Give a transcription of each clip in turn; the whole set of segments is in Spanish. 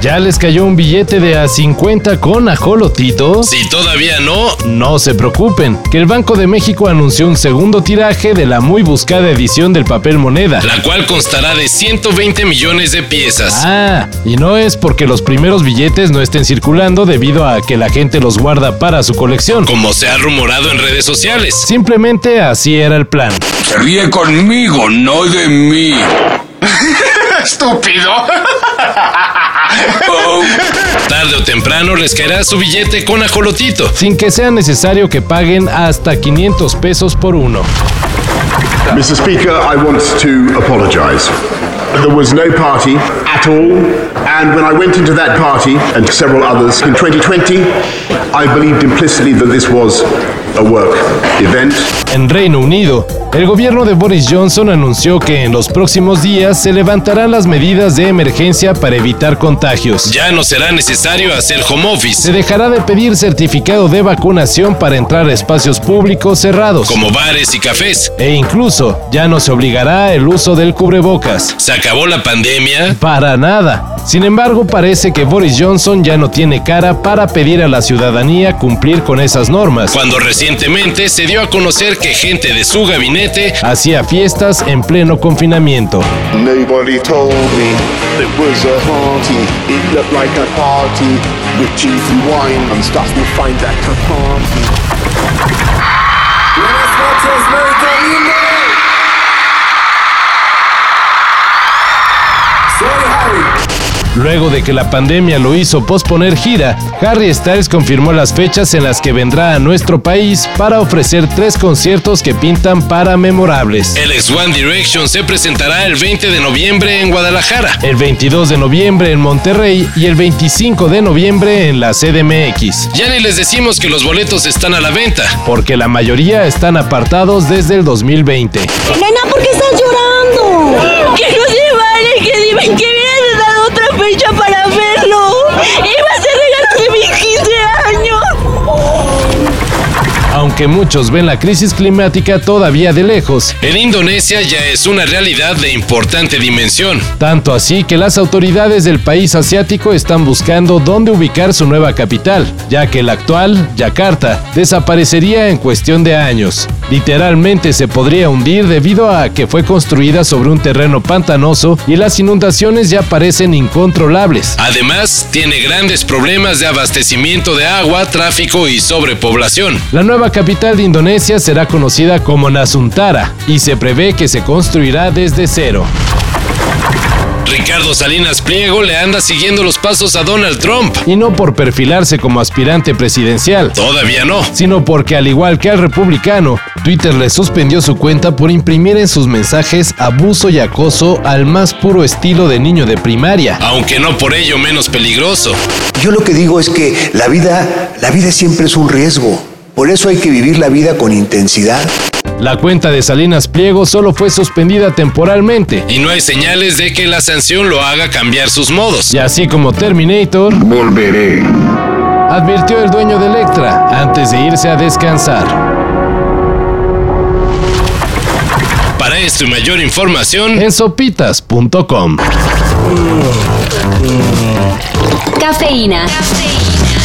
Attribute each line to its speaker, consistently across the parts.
Speaker 1: ¿Ya les cayó un billete de a 50 con ajolotito?
Speaker 2: Si todavía no,
Speaker 1: No se preocupen, que el Banco de México anunció un segundo tiraje de la muy buscada edición del papel moneda.
Speaker 2: la cual constará de 120 millones de piezas.
Speaker 1: Ah, y no es porque los primeros billetes no estén circulando debido a que la gente los guarda para su colección.
Speaker 2: Como se ha rumorado en redes sociales.
Speaker 1: Simplemente así era el plan.
Speaker 3: Se ríe conmigo, no de mí.
Speaker 4: Estúpido.
Speaker 3: Oh,
Speaker 2: Tarde o temprano les caerá su billete con ajolotito.
Speaker 1: Sin que sea necesario que paguen hasta 500 pesos por uno.
Speaker 5: Mr. Speaker, I want to apologise. There was no party at all, and when I went into that party and several others in 2020, I believed implicitly that this was a work event.
Speaker 1: En Reino Unido, el gobierno de Boris Johnson anunció que en los próximos días se levantarán las medidas de emergencia para evitar contagios.
Speaker 2: Ya no será necesario hacer home office,
Speaker 1: Se dejará de pedir certificado de vacunación para entrar a espacios públicos cerrados.
Speaker 2: como bares y cafés.
Speaker 1: E incluso ya no se obligará el uso del cubrebocas.
Speaker 2: Se acabó la pandemia.
Speaker 1: Para nada. Sin embargo, parece que Boris Johnson ya no tiene cara para pedir a la ciudadanía cumplir con esas normas.
Speaker 2: Cuando recientemente se dio a conocer que gente de su gabinete
Speaker 1: Hacía fiestas en pleno confinamiento.
Speaker 6: Nobody told me it was a party. It looked like a party with cheese and wine and stuff. You'll find that a party.
Speaker 1: Luego de que la pandemia lo hizo posponer gira, Harry Styles confirmó las fechas en las que vendrá a nuestro país para ofrecer tres conciertos que pintan para memorables.
Speaker 2: el ex One Direction se presentará el 20 de noviembre en Guadalajara.
Speaker 1: El 22 de noviembre en Monterrey y el 25 de noviembre en la CDMX,
Speaker 2: Ya ni les decimos que los boletos están a la venta.
Speaker 1: porque la mayoría están apartados desde el 2020.
Speaker 7: Elena, ¿por qué estás llorando? Que no se vale que si me hubieras dado otra fecha para verlo. Iba a ser regalo de mis 15 años.
Speaker 1: Aunque muchos ven la crisis climática todavía de lejos,
Speaker 2: En Indonesia ya es una realidad de importante dimensión.
Speaker 1: tanto así que las autoridades del país asiático están buscando dónde ubicar su nueva capital, ya que la actual, Yakarta, desaparecería en cuestión de años. Literalmente se podría hundir debido a que fue construida sobre un terreno pantanoso y las inundaciones ya parecen incontrolables.
Speaker 2: Además, tiene grandes problemas de abastecimiento de agua, tráfico y sobrepoblación.
Speaker 1: La nueva capital de Indonesia será conocida como Nasuntara y se prevé que se construirá desde cero.
Speaker 2: Ricardo Salinas Pliego le anda siguiendo los pasos a Donald Trump.
Speaker 1: Y no por perfilarse como aspirante presidencial,
Speaker 2: Todavía no.
Speaker 1: sino porque al igual que al republicano, Twitter le suspendió su cuenta por imprimir en sus mensajes abuso y acoso al más puro estilo de niño de primaria.
Speaker 2: Aunque no por ello menos peligroso.
Speaker 8: Yo lo que digo es que la vida, la vida siempre es un riesgo. Por eso hay que vivir la vida con intensidad.
Speaker 1: La cuenta de Salinas Pliego solo fue suspendida temporalmente.
Speaker 2: Y no hay señales de que la sanción lo haga cambiar sus modos.
Speaker 1: Y así como Terminator,
Speaker 5: Volveré.
Speaker 1: advirtió el dueño de Electra antes de irse a descansar.
Speaker 2: Para esto y mayor información,
Speaker 1: en sopitas.com.
Speaker 9: Cafeína.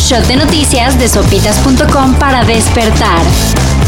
Speaker 9: Shot de noticias de sopitas.com para despertar.